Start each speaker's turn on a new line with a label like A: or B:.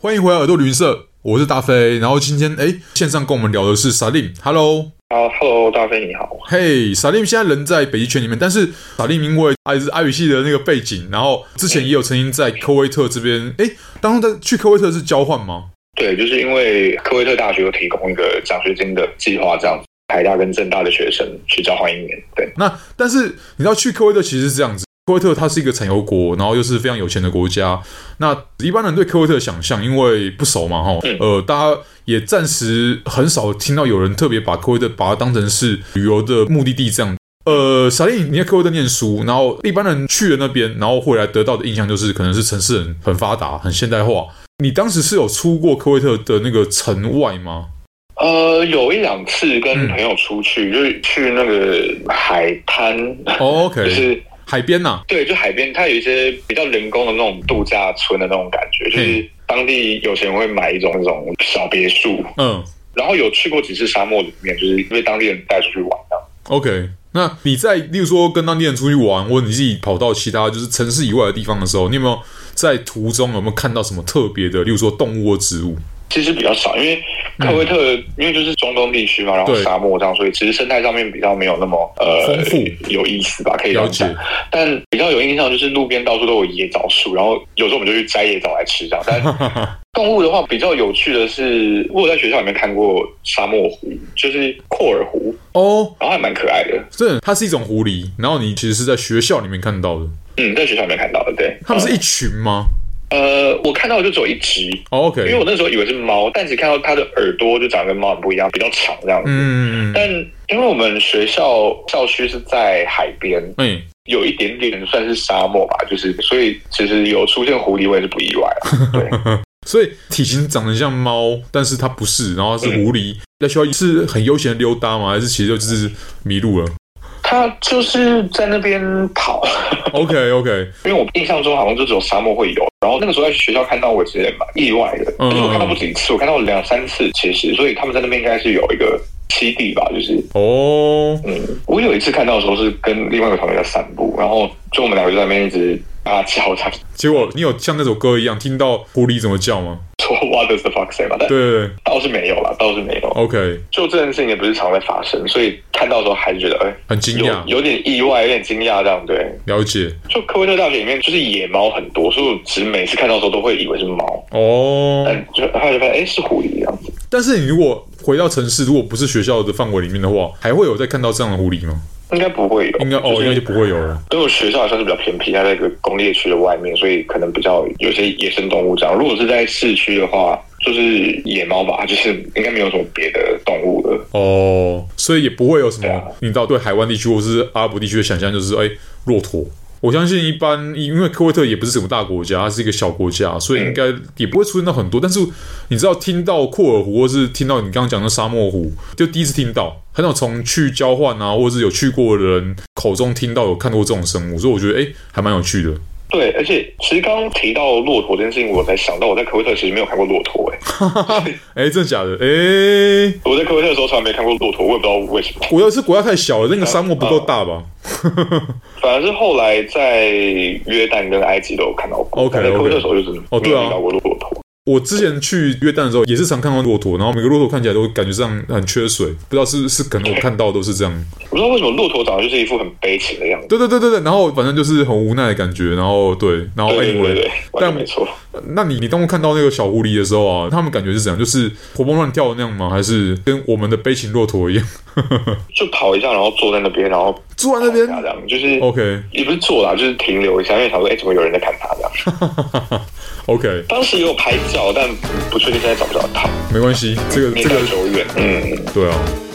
A: 欢迎回来耳朵旅行社，我是大飞。然后今天哎，线上跟我们聊的是 Salim，Hello，
B: 啊，Hello，大飞你好。
A: 嘿，Salim 现在人在北极圈里面，但是 Salim 因为爱是阿语系的那个背景，然后之前也有曾经在科威特这边，哎，当初在去科威特是交换吗？
B: 对，就是因为科威特大学有提供一个奖学金的计划，这样子，台大跟政大的学生去交换一年。对，
A: 那但是你知道去科威特其实是这样子，科威特它是一个产油国，然后又是非常有钱的国家。那一般人对科威特的想象，因为不熟嘛，哈，呃，大家也暂时很少听到有人特别把科威特把它当成是旅游的目的地这样。呃，小丽，你在科威特念书，然后一般人去了那边，然后回来得到的印象就是可能是城市很很发达、很现代化。你当时是有出过科威特的那个城外吗？
B: 呃，有一两次跟朋友出去，就是去那个海滩，
A: 哦
B: 就
A: ，OK，
B: 是
A: 海边呐、
B: 对，就海边，它有一些比较人工的那种度假村的那种感觉，就是当地有钱人会买一种那种小别墅，
A: 嗯，
B: 然后有去过几次沙漠里面，就是被当地人带出去玩这样。
A: OK，那你在例如说跟当地人出去玩，或者你自己跑到其他就是城市以外的地方的时候，你有没有在途中有没有看到什么特别的，例如说动物或植物？
B: 其实比较少，因为科威特、因为就是中东地区嘛，然
A: 嗯
B: 后
A: 对
B: 沙漠这样，所以其实生态上面比较没有那么呃
A: 丰富
B: 有意思吧，可以这
A: 了
B: 样
A: 解
B: 讲。但比较有印象就是路边到处都有椰枣树，然后有时候我们就去摘椰枣来吃这 样。但动物的话，比较有趣的是，我有在学校里面看过沙漠狐，就是阔耳狐，
A: 哦，
B: 然后还蛮可爱的。
A: 这它是一种狐狸，然后你其实是在学校里面看到的，
B: 嗯，在学校里面看到的，对。
A: 它们是一群吗、
B: 呃，我看到的就只有一只，
A: 哦、
B: 因为我
A: ？OK，
B: 那时候以为是猫，但只看到它的耳朵就长得跟猫很不一样，比较长这样子。
A: 嗯，
B: 但因为我们学校校区是在海边，
A: 哎、
B: 有一点点算是沙漠吧，就是所以其实有出现狐狸我也是不意外啊。 对，
A: 所以体型长得像猫，但是它不是，然后它是狐狸，在学校是很悠闲的溜达吗？还是其实就是迷路了
B: 它就是在那边跑，
A: ？OK OK，
B: 因为我印象中好像就只有沙漠会有。然后那个时候在学校看到，我其实也蛮意外的，
A: 嗯
B: 而且我看到不止一次，我看到两三次其实，所以他们在那边应该是有一个栖地吧，就是
A: 哦，
B: 嗯，我有一次看到的时候是跟另外一个朋友在散步，然后就我们两个就在那边一直大叫，他
A: 结果你有像那首歌一样听到狐狸怎么叫吗？
B: 说 What does the fox say 嘛，但
A: 对对对
B: 倒是没有啦，倒是没有。
A: ，OK，
B: 就这件事情也不是常在发生，所以看到的时候还是觉得哎、
A: 很惊
B: 有
A: 讶，
B: 有点意外，有点惊讶这样对。
A: 了解
B: 就科威特大学里面就是野猫很多，所以我只每次看到的时候都会以为是猫，
A: 哦。
B: 但就后来就发现哎、是狐狸这样子。
A: 但是你如果回到城市，如果不是学校的范围里面的话，还会有再看到这样的狐狸吗？
B: 应该不会有，
A: 应该哦，
B: 就
A: 应
B: 是
A: 该就不会有了。
B: 因为我学校还算是比较偏僻，它在一个工业区的外面，所以可能比较有些野生动物这样。如果是在市区的话，就是野猫吧，就是应该没有什么别的动物了。
A: 哦，所以也不会有什
B: 对
A: 么
B: 啊，
A: 你知道对海湾地区或是阿拉伯地区的想象就是，哎，骆驼。我相信一般，因为科威特也不是什么大国家，它是一个小国家，所以应该也不会出现到很多。但是你知道，听到库尔湖，或是听到你刚刚讲的沙漠湖，就第一次听到，很少从去交换啊，或者是有去过的人口中听到有看过这种生物，所以我觉得哎，还蛮有趣 的。
B: 对，而且其实刚刚提到骆驼这件事情，我才想到我在科威特其实没有看过骆驼、欸，
A: 哎，真的假的？哎，
B: 我在科威特的时候从来没看过骆驼，我也不知道为什么。
A: 国家是国家太小了，那个沙漠不够大吧？
B: 反而是后来在约旦跟埃及都有看到过
A: OK，
B: 但在科
A: OK
B: 威特的时候就是没
A: 哦对啊
B: 有遇到过骆驼。
A: 我之前去约旦的时候，也是常看到骆驼，然后每个骆驼看起来都感觉上很缺水，不知道是是可能我看到都是这样。
B: 我不知道为什么骆驼长得就是一副很悲情的样子。
A: 对对对对对，然后反正就是很无奈的感觉，然后对，然后
B: 对对对
A: 哦 anyway，
B: 对，完
A: 但
B: 全没错。
A: 那你你当我看到那个小狐狸的时候啊，他们感觉是怎样？就是活蹦乱跳的那样吗？还是跟我们的悲情骆驼一样
B: 就跑一下，然后坐在那边，然后
A: 坐在那边
B: 跑一下这样就是
A: ？OK
B: 也不是坐啦，就是停留一下，因为想说，哎、怎么有人在看他这样？
A: OK，
B: 当时也有拍照，但不确定现在找不找得到，
A: 没关系，这个
B: 年
A: 这
B: 代
A: 个
B: 久远。嗯，
A: 对啊。